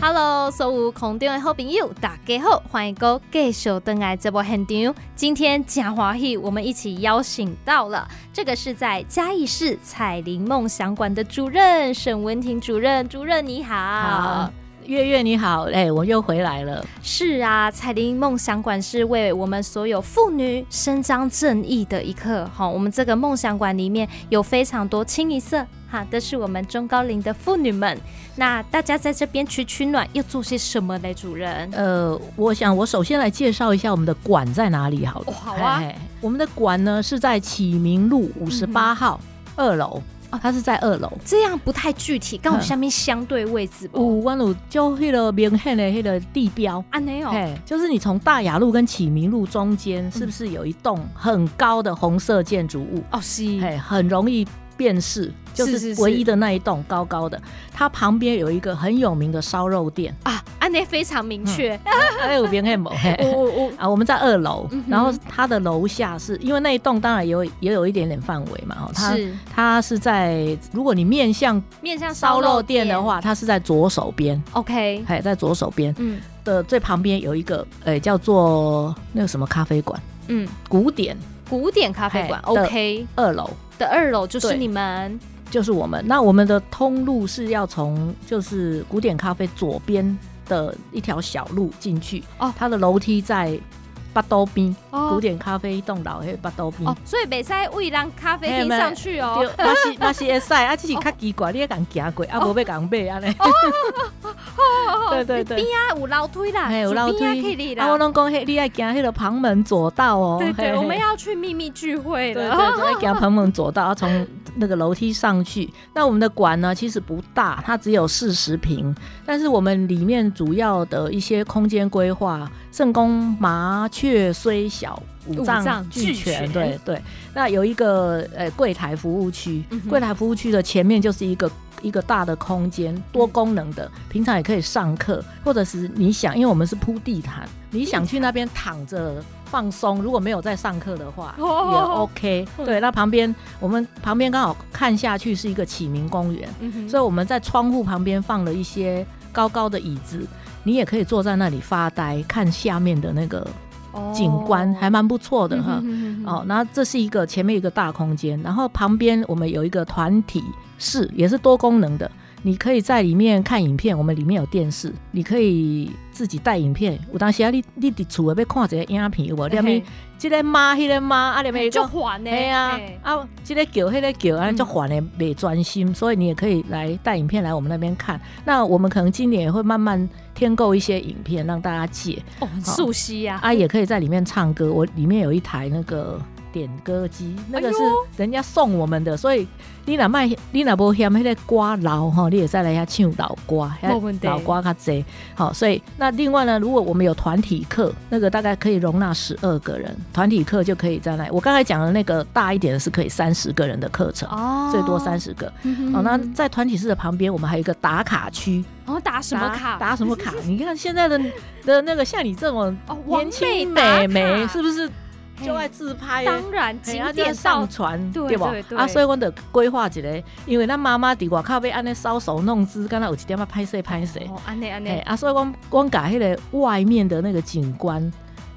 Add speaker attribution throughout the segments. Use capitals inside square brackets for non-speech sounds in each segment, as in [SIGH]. Speaker 1: Hello，所有空中的好朋友，大家好，欢迎哥继续登来直播现场。今天真华喜，我们一起邀请到了，这个是在嘉义市彩铃梦想馆的主任沈文婷主任，主任你好。
Speaker 2: 好啊月月你好，哎、我又回来了。
Speaker 1: 是啊，彩铃梦想馆是为我们所有妇女伸张正义的一刻。哈，我们这个梦想馆里面有非常多清一色哈，都是我们中高龄的妇女们。那大家在这边取取暖，又做些什么嘞，主人？
Speaker 2: 呃，我想我首先来介绍一下我们的馆在哪里好了。
Speaker 1: 哦好啊
Speaker 2: 嘿嘿我们的馆呢是在启明路五十八号、二楼，它是在二楼。哦
Speaker 1: 这样不太具体，刚好
Speaker 2: 嗯
Speaker 1: 下面相对位置不？
Speaker 2: 五湾路就迄个明显的迄个地标，
Speaker 1: 啊，没有，
Speaker 2: 嘿，就是你从大雅路跟启明路中间，是不是有一栋很高的红色建筑物？
Speaker 1: 哦是，
Speaker 2: 嘿，很容易辨识，嗯就是
Speaker 1: 是
Speaker 2: 是
Speaker 1: 是
Speaker 2: 唯一的那一栋高高的，它旁边有一个很有名的烧肉店，
Speaker 1: 啊，安内非常明确，
Speaker 2: 还哎有明
Speaker 1: [LAUGHS]
Speaker 2: 显某嘿。
Speaker 1: 我我我
Speaker 2: 啊，我们在二楼
Speaker 1: 哦嗯，哼
Speaker 2: 然后它的楼下是因为那一栋当然也有也有一点点范围嘛，哦，它
Speaker 1: 是
Speaker 2: 它是在如果你面向
Speaker 1: 面向
Speaker 2: 烧
Speaker 1: 烧
Speaker 2: 肉
Speaker 1: 肉
Speaker 2: 店的话，它是在左手边，
Speaker 1: ，OK，
Speaker 2: 哎，在左手边
Speaker 1: 嗯
Speaker 2: 的最旁边有一个，哎，叫做那个什么咖啡馆，
Speaker 1: 嗯，
Speaker 2: 古典
Speaker 1: 古典咖啡馆
Speaker 2: 嘿的
Speaker 1: ，OK，
Speaker 2: 二楼
Speaker 1: 的二楼就是
Speaker 2: 对
Speaker 1: 你们。
Speaker 2: 就是我们，那我们的通路是要从就是古典咖啡左边的一条小路进去，
Speaker 1: 哦
Speaker 2: 它的楼梯在八兜边，
Speaker 1: 哦
Speaker 2: 古典咖啡栋楼还有八兜边
Speaker 1: 哦。，所以北塞未让咖啡厅上去哦
Speaker 2: 对，，那是那是会使，啊，只是较奇怪，你也敢行过，啊，
Speaker 1: 哦
Speaker 2: 无要共买安尼。对对对
Speaker 1: 边啊有楼梯啦，
Speaker 2: 嘿有楼
Speaker 1: 左
Speaker 2: 梯
Speaker 1: 边啊可以
Speaker 2: 啊，我
Speaker 1: 啦。
Speaker 2: 拢讲迄，你爱行迄个旁门左道哦。
Speaker 1: 对对，
Speaker 2: 嘿
Speaker 1: 我们。要去秘密聚会
Speaker 2: 嘿对
Speaker 1: 了。
Speaker 2: 对对，要行旁门左道，要从那个楼梯上去。那我们的馆呢，其实不大，它只有四十平，但是我们里面主要的一些空间规划，圣宫麻雀虽小，五
Speaker 1: 五脏
Speaker 2: 脏
Speaker 1: 俱
Speaker 2: 俱全。
Speaker 1: 全
Speaker 2: 对对，那有一个呃柜台服务区
Speaker 1: 嗯哼，
Speaker 2: 柜台服务区的前面就是一个。一个大的空间，多功能的，平常也可以上课，或者是你想，因为我们是铺地毯，你想去那边躺着放松，如果没有在上课的话，也
Speaker 1: 哦
Speaker 2: OK。
Speaker 1: 嗯
Speaker 2: 对，那旁边我们旁边刚好看下去是一个启明公园，
Speaker 1: 嗯哼
Speaker 2: 所以我们在窗户旁边放了一些高高的椅子，你也可以坐在那里发呆，看下面的那个景观，
Speaker 1: 哦
Speaker 2: 还蛮不错
Speaker 1: 嗯
Speaker 2: 的哈。哦，，那这是一个前面一个大空间，然后旁边我们有一个团体室，也是多功能的，你可以在里面看影片，我们里面有电视，你可以自己带影片。有当时啊，你你伫厝内要看一个影片有无？
Speaker 1: 嘿
Speaker 2: 念咪，即个妈，迄个妈，啊念咪
Speaker 1: 嘿就还呢，
Speaker 2: 哎呀
Speaker 1: 嘿，
Speaker 2: 啊，这个叫，那个叫，啊，
Speaker 1: 嗯
Speaker 2: 就还的没专心，所以你也可以来带影片来我们那边看。那我们可能今年也会慢慢添购一些影片让大家借，
Speaker 1: 哦，很熟悉 [LAUGHS] 呀，
Speaker 2: 啊，也可以在里面唱歌。我里面有一台那个点歌机，
Speaker 1: 哎
Speaker 2: 那个是人家送我们的，所以你若卖，你若无嫌迄个歌老吼，你也再来遐唱老歌，
Speaker 1: 没问
Speaker 2: 遐
Speaker 1: 题
Speaker 2: 老歌较济。好，所以那另外呢，如果我们有团体课，那个大概可以容纳十二个人，团体课就可以在那。我刚才讲的那个大一点的是可以三十个人的课程。
Speaker 1: 哦
Speaker 2: 最多三，十个
Speaker 1: 嗯
Speaker 2: 哦，那
Speaker 1: 嗯
Speaker 2: 在团体室的旁边，我们还有一个打卡区，
Speaker 1: 哦打什么
Speaker 2: 打
Speaker 1: 卡？
Speaker 2: 打什么
Speaker 1: [LAUGHS]
Speaker 2: 卡？你看现在的 [LAUGHS] 的那个像你这种
Speaker 1: 哦，完
Speaker 2: 年轻
Speaker 1: 美
Speaker 2: 美眉是
Speaker 1: 不
Speaker 2: 不是
Speaker 1: 是
Speaker 2: 就爱自拍的？
Speaker 1: 当然
Speaker 2: 嘿
Speaker 1: 景
Speaker 2: 啊就爱
Speaker 1: 点到
Speaker 2: 上传，
Speaker 1: 对
Speaker 2: 对不
Speaker 1: 对？对
Speaker 2: 啊，所以我得规划一个，因为咱妈妈伫外口要安尼搔首弄姿，敢若有一点仔拍摄拍摄。
Speaker 1: 哦，安内安
Speaker 2: 哎
Speaker 1: 内，
Speaker 2: 啊，所以我我把迄个外面的那个景观，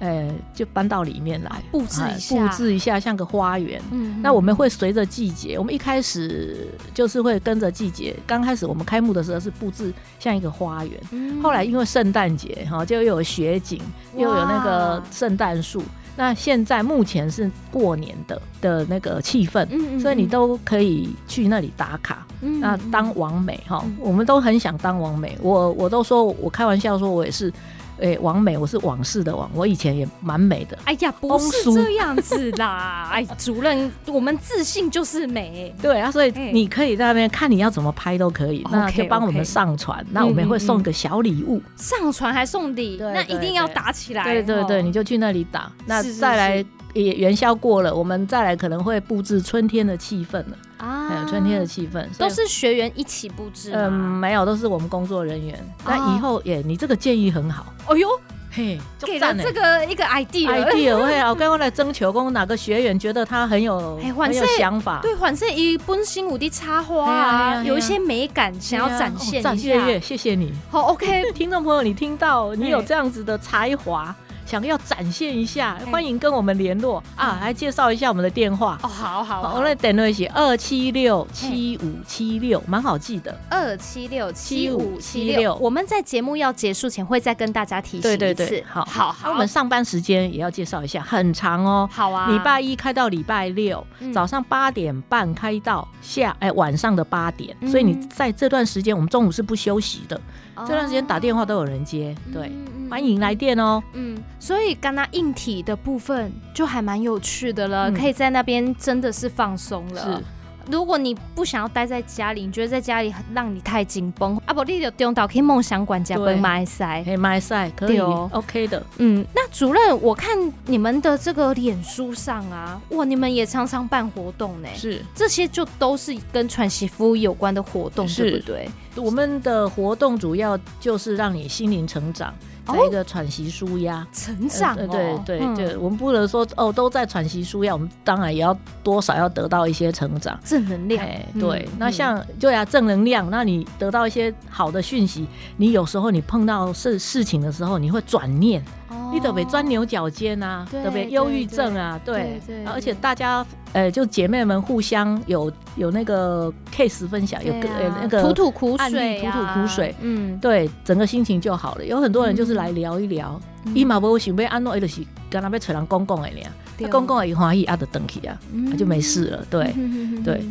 Speaker 2: 哎，就搬到里面来
Speaker 1: 布置
Speaker 2: 哎
Speaker 1: 一下
Speaker 2: 布置一下，像个花园。
Speaker 1: 嗯
Speaker 2: 那我们会随着季节，我们一开始就是会跟着季节。刚开始我们开幕的时候是布置像一个花园，
Speaker 1: 嗯
Speaker 2: 后来因为圣诞节哈，就又有雪景，
Speaker 1: 哇哦
Speaker 2: 又有那个圣诞树。那现在目前是过年的的那个气氛，
Speaker 1: 嗯嗯
Speaker 2: 所以你
Speaker 1: 嗯
Speaker 2: 都可以去那里打卡。
Speaker 1: 嗯
Speaker 2: 那
Speaker 1: 嗯
Speaker 2: 呃当王美哈
Speaker 1: 嗯，
Speaker 2: 我们都很想当王美。我我都说我开玩笑说我也是，诶、王美，我是往事的往，我以前也蛮美的。
Speaker 1: 哎呀，不
Speaker 2: 风
Speaker 1: 是
Speaker 2: 俗
Speaker 1: 这样子
Speaker 2: [LAUGHS]
Speaker 1: 啦！哎，主任，我们自信就是美。
Speaker 2: 对啊，所以
Speaker 1: 嘿
Speaker 2: 你可以在那边看你要怎么拍都可以，那
Speaker 1: 哎 OK，
Speaker 2: 就帮我
Speaker 1: OK 嗯
Speaker 2: 们上传。那我们也会送个小礼物，
Speaker 1: 上传还送礼，
Speaker 2: 对
Speaker 1: 那
Speaker 2: 对
Speaker 1: 一定要打起来。
Speaker 2: 对对
Speaker 1: 吼
Speaker 2: 对，你就去那里打。那
Speaker 1: 是是
Speaker 2: 再来也元宵过了，我们再来可能会布置春天的气氛了，还
Speaker 1: 啊
Speaker 2: 有春天的气氛
Speaker 1: 都
Speaker 2: 所以
Speaker 1: 是学员一起布置
Speaker 2: 嗯
Speaker 1: 吗？哦
Speaker 2: 哎没有，都是我们工作人员。那以后也你这个建议很好，
Speaker 1: 哎呦，
Speaker 2: 嘿，就
Speaker 1: 给了
Speaker 2: 赞呢欸
Speaker 1: 这个一个 idea，
Speaker 2: idea，嘿，
Speaker 1: [LAUGHS]
Speaker 2: 我刚刚来征求，讲哪个学员觉得他很有
Speaker 1: 哎反
Speaker 2: 很有
Speaker 1: 正
Speaker 2: 想法，
Speaker 1: 对，反正以本心武的插花
Speaker 2: 嘿啊嘿
Speaker 1: 啊，
Speaker 2: 啊
Speaker 1: 有一些美感想要
Speaker 2: 对啊
Speaker 1: 展
Speaker 2: 哦
Speaker 1: 现
Speaker 2: 展
Speaker 1: 一
Speaker 2: 现月
Speaker 1: 下。
Speaker 2: 月，谢谢你，
Speaker 1: 好，OK， [LAUGHS]
Speaker 2: 听众朋友，你听到你有
Speaker 1: 嘿
Speaker 2: 这样子的才华，想要展现一下
Speaker 1: 嘿，嗯
Speaker 2: 欢迎跟我们联络啊！来介绍一下我们的电话，
Speaker 1: 哦，好好
Speaker 2: 好，
Speaker 1: 好
Speaker 2: 我，来等了一些二七六七五七六，蛮好记的。
Speaker 1: 二七六七五七六
Speaker 2: 7576，
Speaker 1: 我们在节目要结束前会再跟大家提醒
Speaker 2: 对
Speaker 1: 一
Speaker 2: 对
Speaker 1: 次
Speaker 2: 对，。好
Speaker 1: 好
Speaker 2: 那
Speaker 1: 好，
Speaker 2: 我们上班时间也要介绍一下，很长哦。
Speaker 1: 好啊，
Speaker 2: 礼拜一开到礼拜六，
Speaker 1: 嗯
Speaker 2: 早上八点半开到下哎晚上的八点，
Speaker 1: 嗯
Speaker 2: 所以你在这段时间，我们中午是不休息的，这段时间打电话都有人接，
Speaker 1: 哦
Speaker 2: 对，
Speaker 1: 嗯嗯
Speaker 2: 欢迎来电哦。
Speaker 1: 嗯，所以刚刚硬体的部分就还蛮有趣的了，
Speaker 2: 嗯
Speaker 1: 可以在那边真的是放松了
Speaker 2: 是。，
Speaker 1: 如果你不想要待在家里，你觉得在家里很让你太紧绷，啊不，你就用到可以梦想馆加
Speaker 2: 对
Speaker 1: 本马塞。
Speaker 2: 可以卖赛，可以
Speaker 1: 对哦
Speaker 2: ，OK 的。
Speaker 1: 嗯，那主任，我看你们的这个脸书上啊，哇，你们也常常办活动呢、
Speaker 2: 是
Speaker 1: 这些就都是跟喘息服务有关的活动，
Speaker 2: 是
Speaker 1: 对不对？
Speaker 2: 我们的活动主要就是让你心灵成长，
Speaker 1: 哦
Speaker 2: 在一个喘息舒压。
Speaker 1: 成长、
Speaker 2: 呃
Speaker 1: 哦
Speaker 2: 对对
Speaker 1: 嗯
Speaker 2: 对，我们不能说哦都在喘息舒压，我们当然也要多少要得到一些成长。
Speaker 1: 正能量
Speaker 2: 哎，，
Speaker 1: 嗯
Speaker 2: 对，那
Speaker 1: 嗯
Speaker 2: 像对啊，正能量，那你得到一些好的讯息，你有时候你碰到事事情的时候，你会转念，
Speaker 1: 嗯
Speaker 2: 你得别钻牛角尖啊，
Speaker 1: 对
Speaker 2: 得别
Speaker 1: 对
Speaker 2: 忧郁症啊，
Speaker 1: 对
Speaker 2: 对
Speaker 1: 对，对
Speaker 2: 而且大家呃，就姐妹们互相有有那个 case 分享，有
Speaker 1: 对
Speaker 2: 个
Speaker 1: 啊
Speaker 2: 呃那个
Speaker 1: 吐吐苦
Speaker 2: 案例
Speaker 1: 水啊、
Speaker 2: 吐吐苦水
Speaker 1: 嗯，
Speaker 2: 对，整个心情就好了。有很多人就是
Speaker 1: 嗯
Speaker 2: 来聊一聊，
Speaker 1: 嗯
Speaker 2: 伊嘛无想要安诺，伊就是干那要找人讲讲的俩，
Speaker 1: 对
Speaker 2: 讲讲的伊欢喜，啊就登去啊，啊就没事了。对，
Speaker 1: 嗯
Speaker 2: 对。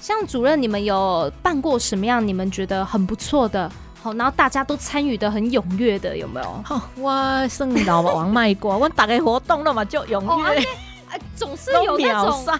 Speaker 1: 像主任，你们有办过什么样你们觉得很不错的？好，然后大家都参与的很踊跃的，有没有？
Speaker 2: 好、我算老王卖瓜， [LAUGHS] 我大个活动了嘛就踊
Speaker 1: 哦啊
Speaker 2: 跃，
Speaker 1: 啊，总是有
Speaker 2: 都
Speaker 1: 那
Speaker 2: 秒
Speaker 1: 种
Speaker 2: 杀。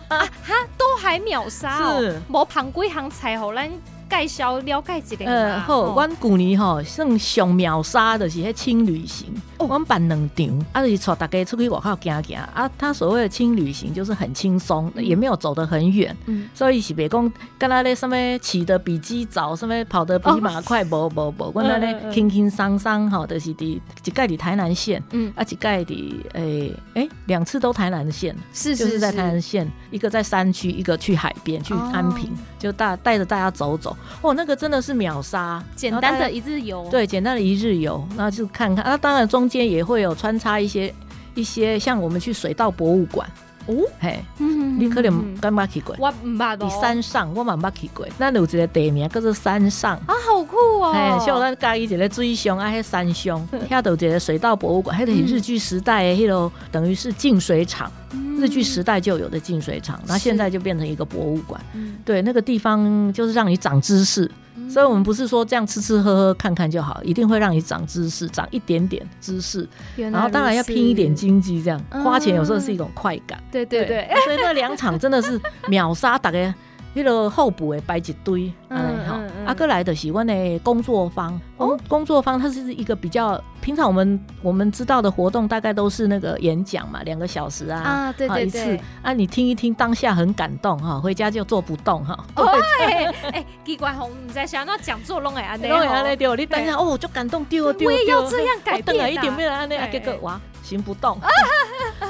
Speaker 1: 都还秒杀哦
Speaker 2: 是，
Speaker 1: 无旁几行菜，好咱介绍了解一下。
Speaker 2: 呃，好，
Speaker 1: 哦
Speaker 2: 阮旧年吼算上秒杀的是迄轻旅行，阮办两场，啊就是带大家出去外口行行，啊，他所谓的轻旅行就是很轻松，
Speaker 1: 嗯
Speaker 2: 也没有走得很远，
Speaker 1: 嗯
Speaker 2: 所以是别讲，干那咧什么骑得比鸡早，什么跑得比马快，无无无，阮那
Speaker 1: 嗯嗯
Speaker 2: 咧轻轻松松吼，就是伫一届伫台南县，
Speaker 1: 嗯，
Speaker 2: 啊一届伫诶诶两次都台南县，
Speaker 1: 是
Speaker 2: 就是是在台南
Speaker 1: 是
Speaker 2: 县，一个在山区，一个去海边，去安平，
Speaker 1: 哦
Speaker 2: 就大带着大家走走。哦，那个真的是秒杀，
Speaker 1: 简
Speaker 2: 然
Speaker 1: 单
Speaker 2: 后大
Speaker 1: 的
Speaker 2: 家
Speaker 1: 一日游。
Speaker 2: 对简单的一日游，那就看看。那、当然中间也会有穿插一些一些，像我们去水道博物馆哦，嘿，
Speaker 1: 嗯，嗯
Speaker 2: 你可
Speaker 1: 嗯
Speaker 2: 能
Speaker 1: 嗯
Speaker 2: 干嘛去过？
Speaker 1: 我唔捌的
Speaker 2: 你
Speaker 1: 哦。
Speaker 2: 山上我嘛捌去过，咱有一个地名叫做山上。
Speaker 1: 啊，好酷哦！
Speaker 2: 哎，像咱家己一个水乡啊，迄
Speaker 1: [LAUGHS]
Speaker 2: 山乡，遐就有一个水道博物馆，迄就是日据时代的迄落，等于是净水厂，
Speaker 1: 嗯
Speaker 2: 日据时代就有的净水厂，那现在就变成一个博物馆。
Speaker 1: 嗯
Speaker 2: 对，那个地方就是让你长知识，
Speaker 1: 嗯
Speaker 2: 所以我们不是说这样吃吃喝喝看看就好，一定会让你长知识，长一点点知识，
Speaker 1: 原来
Speaker 2: 然后当然要
Speaker 1: 如此
Speaker 2: 拼一点。经济，这样
Speaker 1: 嗯
Speaker 2: 花钱有时候是一种快感。
Speaker 1: 对嗯对对，，
Speaker 2: 所以那两场真的是秒杀大家。迄个候补诶摆一堆，
Speaker 1: 嗯
Speaker 2: 安尼吼
Speaker 1: 嗯嗯，
Speaker 2: 啊，过来的是阮的工作坊，
Speaker 1: 哦
Speaker 2: 哦，工作坊它是一个比较平常我们我们知道的活动，大概都是那个演讲嘛，两个小时啊，
Speaker 1: 啊，对对
Speaker 2: 一次
Speaker 1: 对，
Speaker 2: 啊，你听一听，当下很感动哈，回家就做不动哈。
Speaker 1: 哎哎，奇怪吼，你在想那讲座弄哎安内
Speaker 2: 对安尼对，你等一下哦，就感动丢丢
Speaker 1: 我也要
Speaker 2: 丢，
Speaker 1: 这样改
Speaker 2: 等
Speaker 1: 变
Speaker 2: 了
Speaker 1: 啊
Speaker 2: 一点变安尼，啊，
Speaker 1: 对
Speaker 2: 结果哇，行
Speaker 1: [LAUGHS]
Speaker 2: 不动。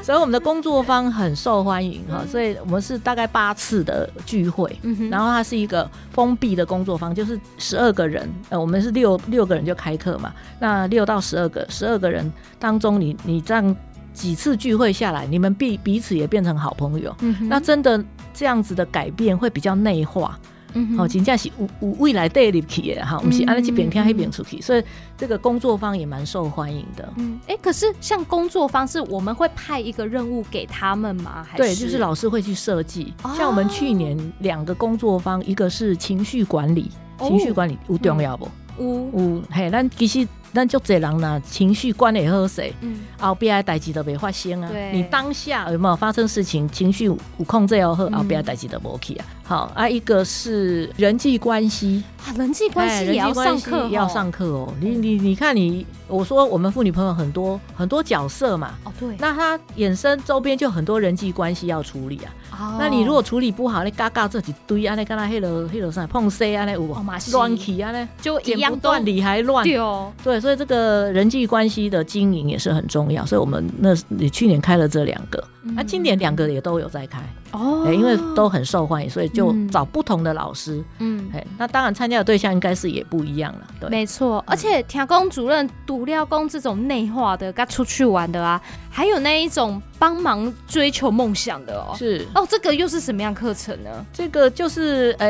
Speaker 2: 所以我们的工作坊很受欢迎哈，
Speaker 1: 嗯
Speaker 2: 所以我们是大概八次的聚会。
Speaker 1: 嗯哼
Speaker 2: 然后它是一个封闭的工作坊，就是十二个人，呃，我们是六六个人就开课嘛，那六到十二个，十二个人当中你，你这样几次聚会下来，你们彼彼此也变成好朋友，
Speaker 1: 嗯哼
Speaker 2: 那真的这样子的改变会比较内化，
Speaker 1: 嗯哼
Speaker 2: 哦，真正是有有未来带入去的哈，不是
Speaker 1: 嗯
Speaker 2: 安尼一边听
Speaker 1: 嗯
Speaker 2: 那边出去，所以这个工作坊也蛮受欢迎的。
Speaker 1: 嗯，哎，可是像工作方式，我们会派一个任务给他们吗？还
Speaker 2: 对，就是老师会去设计
Speaker 1: 哦。
Speaker 2: 像我们去年两个工作坊，一个是情绪管理，
Speaker 1: 哦嗯
Speaker 2: 情绪管理有重要不？
Speaker 1: 屋，
Speaker 2: 有嘿，咱其实咱足侪人呐，情绪管理好势，
Speaker 1: 嗯，
Speaker 2: 后壁的代志都袂发生啊
Speaker 1: 对。
Speaker 2: 你当下有没有发生事情，情绪有控制好，
Speaker 1: 嗯
Speaker 2: 后壁的代志都无去啊。好啊，一个是人际关系，
Speaker 1: 啊，人际关
Speaker 2: 哎
Speaker 1: 系
Speaker 2: 人
Speaker 1: 也
Speaker 2: 际
Speaker 1: 要
Speaker 2: 关
Speaker 1: 上
Speaker 2: 系
Speaker 1: 课，
Speaker 2: 也要上。课哦。你你你看你，我说我们妇女朋友很多很多角色嘛，
Speaker 1: 哦，对，
Speaker 2: 那她衍生周边就很多人际关系要处理啊。
Speaker 1: 哦
Speaker 2: 那你如果处理不好，你嘎嘎这一堆安尼，跟那迄落迄落啥碰塞安尼有无
Speaker 1: 哦嘛是？
Speaker 2: 乱起安尼，
Speaker 1: 就一
Speaker 2: 剪不
Speaker 1: 样都
Speaker 2: 断理还乱。
Speaker 1: 对哦，
Speaker 2: 对，所以这个人际关系的经营也是很重要。所以我们那你去年开了这两个，那、今年两个也都有在开，
Speaker 1: 嗯哦
Speaker 2: 哎，因为都很受欢迎，所以就
Speaker 1: 嗯
Speaker 2: 找不同的老师。
Speaker 1: 嗯。
Speaker 2: 哎，那当然参加的对象应该是也不一样了。对，
Speaker 1: 没错，嗯而且田工主任、独料工这种内化的，跟出去玩的啊，还有那一种帮忙追求梦想的哦。
Speaker 2: 是
Speaker 1: 哦，这个又是什么样课程呢？
Speaker 2: 这个就是呃，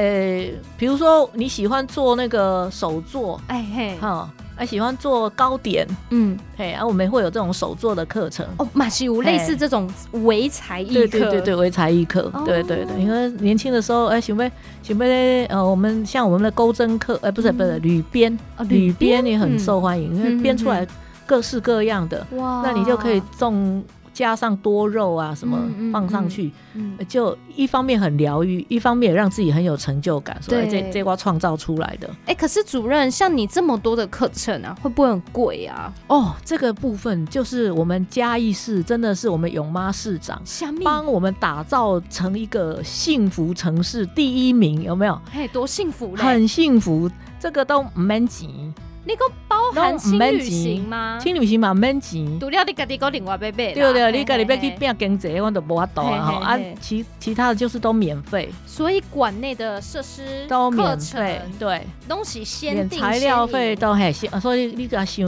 Speaker 2: 比如说你喜欢做那个手作，
Speaker 1: 哎嘿，
Speaker 2: 哈、啊喜欢做糕点，
Speaker 1: 嗯，
Speaker 2: 嘿，啊我们会有这种手作的课程。
Speaker 1: 哦，马西有类似这种微才艺
Speaker 2: 对
Speaker 1: 课，
Speaker 2: 对对对，为才艺课，
Speaker 1: 哦
Speaker 2: 对对对，因为年轻的时候，哎，想要想要呃，我们像我们的钩针课，哎，不是
Speaker 1: 嗯
Speaker 2: 不是铝编，
Speaker 1: 哦，
Speaker 2: 铝
Speaker 1: 旅
Speaker 2: 编也很
Speaker 1: 嗯
Speaker 2: 受欢迎，因为编出来各式各样的，
Speaker 1: 哇，
Speaker 2: 那你就可以种加上多肉啊什么
Speaker 1: 嗯嗯
Speaker 2: 放上去，
Speaker 1: 嗯，
Speaker 2: 就一方面很疗愈，一方面也让自己很有成就感，所以
Speaker 1: 对
Speaker 2: 这这瓜创造出来的。
Speaker 1: 哎，可是主任，像你这么多的课程啊，会不会很贵啊？
Speaker 2: 哦，这个部分就是我们嘉义市真的是我们永妈市长。
Speaker 1: 虾米，
Speaker 2: 帮我们打造成一个幸福城市第一名，有没有？
Speaker 1: 嘿，多幸福嘞！
Speaker 2: 很幸福，这个都唔免钱，
Speaker 1: 你个包含
Speaker 2: 都
Speaker 1: 新
Speaker 2: 唔免
Speaker 1: 旅
Speaker 2: 钱
Speaker 1: 行吗？
Speaker 2: 轻旅行嘛唔免钱。
Speaker 1: 独料你家己个另外贝贝，
Speaker 2: 对对，
Speaker 1: 嘿
Speaker 2: 你家己要去
Speaker 1: 嘿嘿
Speaker 2: 拼经济，我都无法度啊！吼啊
Speaker 1: 嘿嘿嘿，
Speaker 2: 其其他的就是都免费，
Speaker 1: 所以馆内的设施、
Speaker 2: 都
Speaker 1: 课
Speaker 2: 免费
Speaker 1: 程，
Speaker 2: 对，
Speaker 1: 东西先
Speaker 2: 免
Speaker 1: 定
Speaker 2: 材料费
Speaker 1: 都。
Speaker 2: 都嘿，是所以你甲想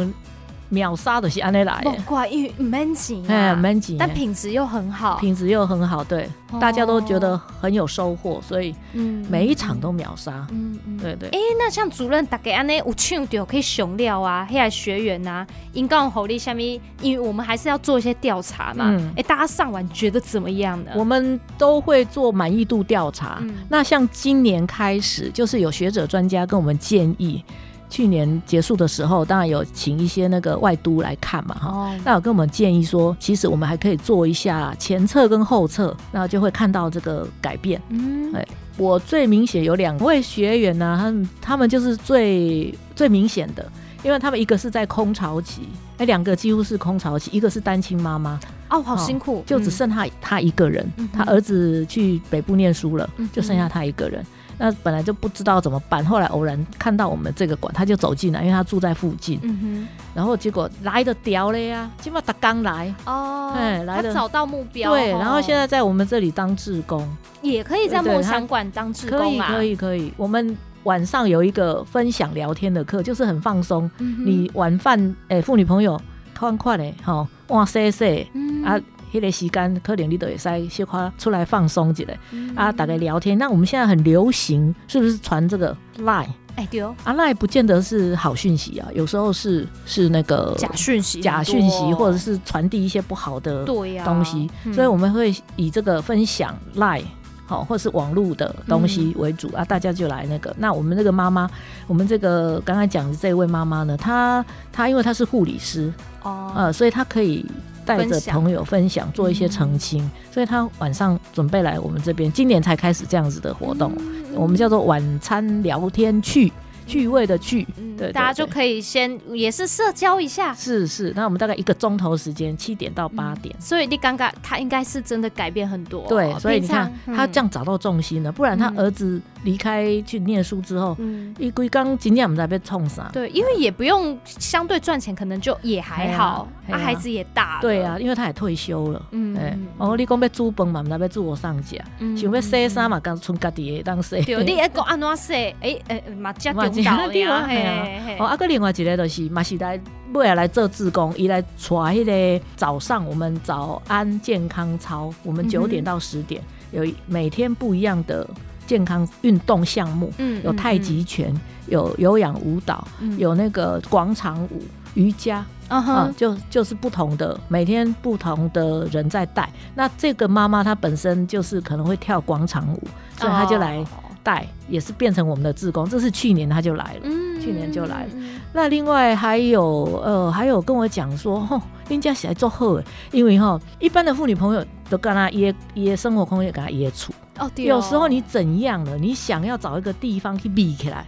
Speaker 2: 秒杀就是安尼来的
Speaker 1: 不，怪，因为唔免钱
Speaker 2: 嘿，
Speaker 1: 啊
Speaker 2: 唔，免钱，
Speaker 1: 但品质又很好，
Speaker 2: 品质又很好，对，
Speaker 1: 哦
Speaker 2: 大家都觉得很有收获，所以
Speaker 1: 嗯
Speaker 2: 每一场都秒杀，
Speaker 1: 嗯嗯。
Speaker 2: 对对
Speaker 1: 哎，那像主任大概安尼有唱到可以熊料啊，遐学员呐、啊，因讲侯力下面，因为我们还是要做一些调查嘛。哎、
Speaker 2: 嗯
Speaker 1: 大家上完觉得怎么样呢？
Speaker 2: 我们都会做满意度调查。
Speaker 1: 嗯
Speaker 2: 那像今年开始，就是有学者专家跟我们建议，去年结束的时候，当然有请一些那个外都来看嘛，哈、
Speaker 1: 哦，
Speaker 2: 那有跟我们建议说，其实我们还可以做一下前测跟后测，那就会看到这个改变。
Speaker 1: 嗯，
Speaker 2: 哎我最明显有两位学员呢、他们他们就是最最明显的，因为他们一个是在空巢期，哎，两个几乎是空巢期，一个是单亲妈妈，
Speaker 1: 哦，好辛苦，
Speaker 2: 就只
Speaker 1: 嗯
Speaker 2: 剩他他一个人
Speaker 1: 嗯，哼
Speaker 2: 他儿子去北部念书了
Speaker 1: 嗯哼，
Speaker 2: 就剩下他一个人。那本来就不知道怎么办，后来偶然看到我们这个馆，他就走进来，因为他住在附近，
Speaker 1: 嗯
Speaker 2: 然后结果来的屌了呀，今嘛他刚来，
Speaker 1: 哼，哦，
Speaker 2: 哎来
Speaker 1: 他
Speaker 2: 得
Speaker 1: 找到目标哦，
Speaker 2: 对，然后现在在我们这里当志工，
Speaker 1: 也可以在梦想馆当志
Speaker 2: 可以
Speaker 1: 工啊，
Speaker 2: 可
Speaker 1: 以，
Speaker 2: 以可以，我们晚上有一个分享聊天的课，就是很放松，
Speaker 1: 你
Speaker 2: 你晚饭诶，妇女朋友看看嘞，吼，哇塞塞
Speaker 1: 嗯
Speaker 2: 啊，迄个时间可能你都会使小可出来放松一下。
Speaker 1: 嗯
Speaker 2: 啊，大概，聊天。那我们现在很流行，是不是传这个 Line？
Speaker 1: 哎对哦，
Speaker 2: 啊，Line 不见得是好讯息啊，有时候是是那个
Speaker 1: 假讯息很多哦，
Speaker 2: 呃假讯息，或者是传递一些不好的
Speaker 1: 对呀嗯
Speaker 2: 东西。所以我们会以这个分享 Line。好，或是网络的东西
Speaker 1: 嗯
Speaker 2: 为主、啊，大家就来那个。那我们这个妈妈，我们这个刚刚讲的这位妈妈呢，她她因为她是护理师，
Speaker 1: 哦，
Speaker 2: 呃，所以她可以带着
Speaker 1: 分享
Speaker 2: 朋友分享，做一些澄清。所以她晚上准备来我们这边，今年才开始这样子的活动，
Speaker 1: 嗯
Speaker 2: 我们叫做晚餐聊天趣趣味的趣。
Speaker 1: 嗯
Speaker 2: 对对
Speaker 1: 大家就
Speaker 2: 对
Speaker 1: 可以先也是社交一下。
Speaker 2: 是是，那我们大概一个钟头时间，七点到八点。
Speaker 1: 所以你刚刚他应该是真的改变很多哦、
Speaker 2: 对，所以你看
Speaker 1: 平常
Speaker 2: 她这，样找到重心了，不然她
Speaker 1: 嗯
Speaker 2: 儿子离开去念书之后，
Speaker 1: 嗯，嗯
Speaker 2: 一归刚今天我们在被冲啥？
Speaker 1: 对，因为也不用相对赚钱，可能就也还好，
Speaker 2: 哎
Speaker 1: 啊，
Speaker 2: 呀
Speaker 1: 孩子也大了，
Speaker 2: 对啊，，因为她也退休了。
Speaker 1: 嗯，
Speaker 2: 哎、
Speaker 1: 嗯
Speaker 2: 哦，你讲要煮饭嘛，唔知要煮我上家，
Speaker 1: 嗯
Speaker 2: 想要洗衫嘛，刚剩家己的当洗。 [LAUGHS]
Speaker 1: 对，你一个安怎说，哎哎，马家
Speaker 2: 嘛
Speaker 1: 中岛
Speaker 2: [LAUGHS] 对
Speaker 1: 呀，
Speaker 2: 啊
Speaker 1: 嘿
Speaker 2: 嘿啊
Speaker 1: 嘿
Speaker 2: 哦，啊，个另外一个就是嘛是来尾仔来做志工，伊来带迄个早上我们早安健康操，我们
Speaker 1: 嗯哼
Speaker 2: 九点到十点、有一每天不一样的健康运动项目，
Speaker 1: 嗯
Speaker 2: 有太极拳，有有氧舞蹈，
Speaker 1: 嗯
Speaker 2: 有那个广场舞、瑜伽
Speaker 1: 嗯
Speaker 2: 啊、
Speaker 1: 哼，
Speaker 2: 就就是不同的每天不同的人在带。那这个妈妈她本身就是可能会跳广场舞，所以她就来
Speaker 1: 哦，
Speaker 2: 带，也是变成我们的志工。这是去年她就来了。
Speaker 1: 嗯
Speaker 2: 去年就来了，
Speaker 1: 嗯
Speaker 2: 那另外还有呃，还有跟我讲说，吼、人家是来做好的，因为吼、一般的妇女朋友都跟他约约生活空间，跟他约处。
Speaker 1: 哦，对哦
Speaker 2: 有时候你怎样了，你想要找一个地方去避起来，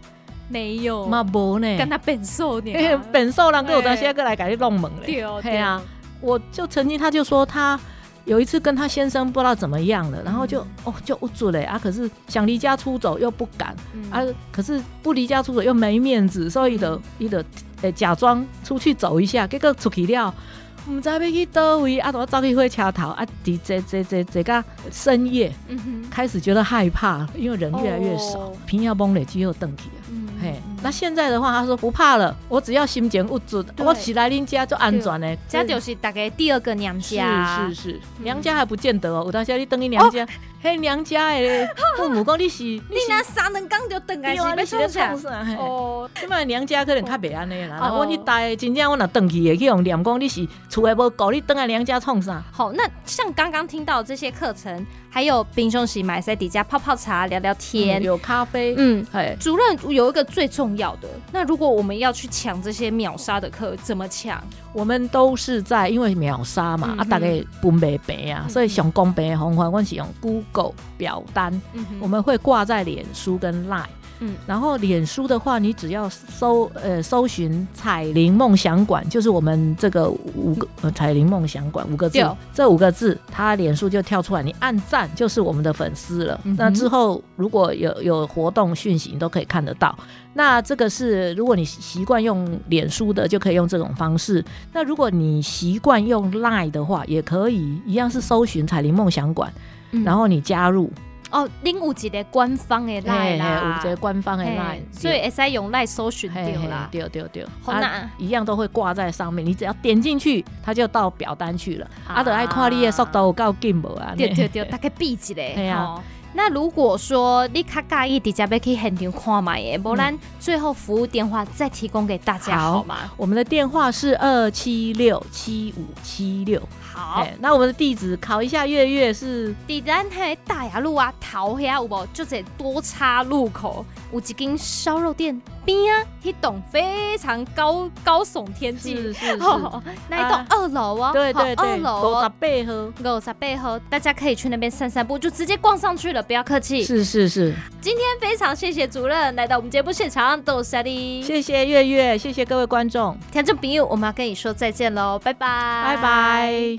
Speaker 1: 没有，
Speaker 2: 嘛无呢？
Speaker 1: 哦跟他变瘦
Speaker 2: [LAUGHS]
Speaker 1: 呢，
Speaker 2: 嘿
Speaker 1: [LAUGHS]
Speaker 2: 本寿人跟我当
Speaker 1: 哎
Speaker 2: 现在过来给你弄门嘞。
Speaker 1: 对哦，
Speaker 2: 嘿啊，我就曾经他就说他有一次跟她先生不知道怎么样了，然后
Speaker 1: 嗯
Speaker 2: 就、哦就捂住了啊，可是想离家出走又不敢、
Speaker 1: 嗯
Speaker 2: 啊，可是不离家出走又没面子，所以就伊就诶假装出去走一下，结果出去了。毋知要去倒位，啊，我走去火车头，啊，伫坐坐坐坐到深夜，
Speaker 1: 嗯哼，
Speaker 2: 开始觉得害怕，因为人越来越少
Speaker 1: 哦，
Speaker 2: 平要崩累积又登起啊。
Speaker 1: 嗯
Speaker 2: 嘿，那
Speaker 1: 那
Speaker 2: 现在的话，他说不怕了，我只要心情不准，
Speaker 1: 对
Speaker 2: 我起来恁家就安全呢。
Speaker 1: 这就是大概第二个娘
Speaker 2: 是
Speaker 1: 家，
Speaker 2: 是是，
Speaker 1: 嗯
Speaker 2: 娘家还不见得哦，有当时你等去娘家，嘿，娘家的父母讲你是你
Speaker 1: [LAUGHS] 你那三能刚就等
Speaker 2: 对
Speaker 1: 开
Speaker 2: 啊，
Speaker 1: 始
Speaker 2: 你
Speaker 1: 被
Speaker 2: 是在
Speaker 1: 冲
Speaker 2: 创
Speaker 1: 下
Speaker 2: 啥？嘿
Speaker 1: 哦，
Speaker 2: 即摆娘家可能较袂安尼啦，
Speaker 1: 哦
Speaker 2: 我去待真正我若转去会去用念讲你是厝的无顾，你转来娘家创啥？
Speaker 1: 好，那像刚刚听到这些课程，还有冰兄洗买在底下泡泡茶、聊聊天，
Speaker 2: 有咖啡，
Speaker 1: 嗯。
Speaker 2: 嘿，
Speaker 1: 主任有一个最重要的，那如果我们要去抢这些秒杀的课，怎么抢？
Speaker 2: 我们都是在因为秒杀嘛
Speaker 1: 嗯，
Speaker 2: 啊，
Speaker 1: 嗯
Speaker 2: 大概分袂平啊
Speaker 1: 嗯，
Speaker 2: 所以上公平的方法，我们是用 Google 表单，
Speaker 1: 嗯
Speaker 2: 我们会挂在脸书跟 Line。
Speaker 1: 嗯
Speaker 2: 嗯，然后脸书的话，你只要搜呃搜寻“彩铃梦想馆”，就是我们这个五个呃“彩铃梦想馆”五个字
Speaker 1: 对，
Speaker 2: 这五个字，它脸书就跳出来，你按赞就是我们的粉丝了。
Speaker 1: 嗯哼
Speaker 2: 那之后如果有有活动讯息，你都可以看得到。那这个是如果你习习惯用脸书的，就可以用这种方式。那如果你习惯用 Line 的话，也可以一样是搜寻“彩铃梦想馆”，
Speaker 1: 嗯
Speaker 2: 然后你加入。
Speaker 1: 哦，零五级的官方的赖
Speaker 2: 嘿嘿
Speaker 1: 啦，
Speaker 2: 有一个官方的
Speaker 1: 嘿
Speaker 2: line，
Speaker 1: 所以 S I 用赖搜寻
Speaker 2: 嘿
Speaker 1: 掉
Speaker 2: 嘿
Speaker 1: 啦。
Speaker 2: 对对对，
Speaker 1: 好
Speaker 2: 啊
Speaker 1: 难
Speaker 2: 一样都会挂在上面，你只要点进去，它就到表单去了。啊，得爱看你的速度有够紧无
Speaker 1: [LAUGHS]
Speaker 2: 啊？
Speaker 1: 对对
Speaker 2: 嘿
Speaker 1: 对，大概闭一嘞。
Speaker 2: 嘿啊
Speaker 1: 吼那如果说你较介意，直接要去现场看嘛耶，不然最后服务电话再提供给大家
Speaker 2: 嗯好
Speaker 1: 好吗？
Speaker 2: 我们的电话是二七六七五七六，
Speaker 1: 好，
Speaker 2: 哎，那我们的地址考一下月月是
Speaker 1: 伫咱迄大雅路啊、桃遐有无？就这多叉路口有一间烧肉店边啊，迄栋非常高高耸天际，
Speaker 2: 是是
Speaker 1: [LAUGHS]
Speaker 2: 是，
Speaker 1: 哦，那一栋
Speaker 2: 啊
Speaker 1: 二楼哦，
Speaker 2: 对
Speaker 1: 好
Speaker 2: 对
Speaker 1: 二
Speaker 2: 对，
Speaker 1: 楼
Speaker 2: 五十
Speaker 1: 哦。
Speaker 2: 八号，
Speaker 1: 五十背后，大家可以去那边散散步，就直接逛上去了，不要客气。今
Speaker 2: 是是是，
Speaker 1: 天非常谢谢主任来到我们节目现场，多谢你。
Speaker 2: 谢谢月月，谢谢各位观众，
Speaker 1: 听众朋友，我们要跟你说再见喽，拜拜，
Speaker 2: 拜拜。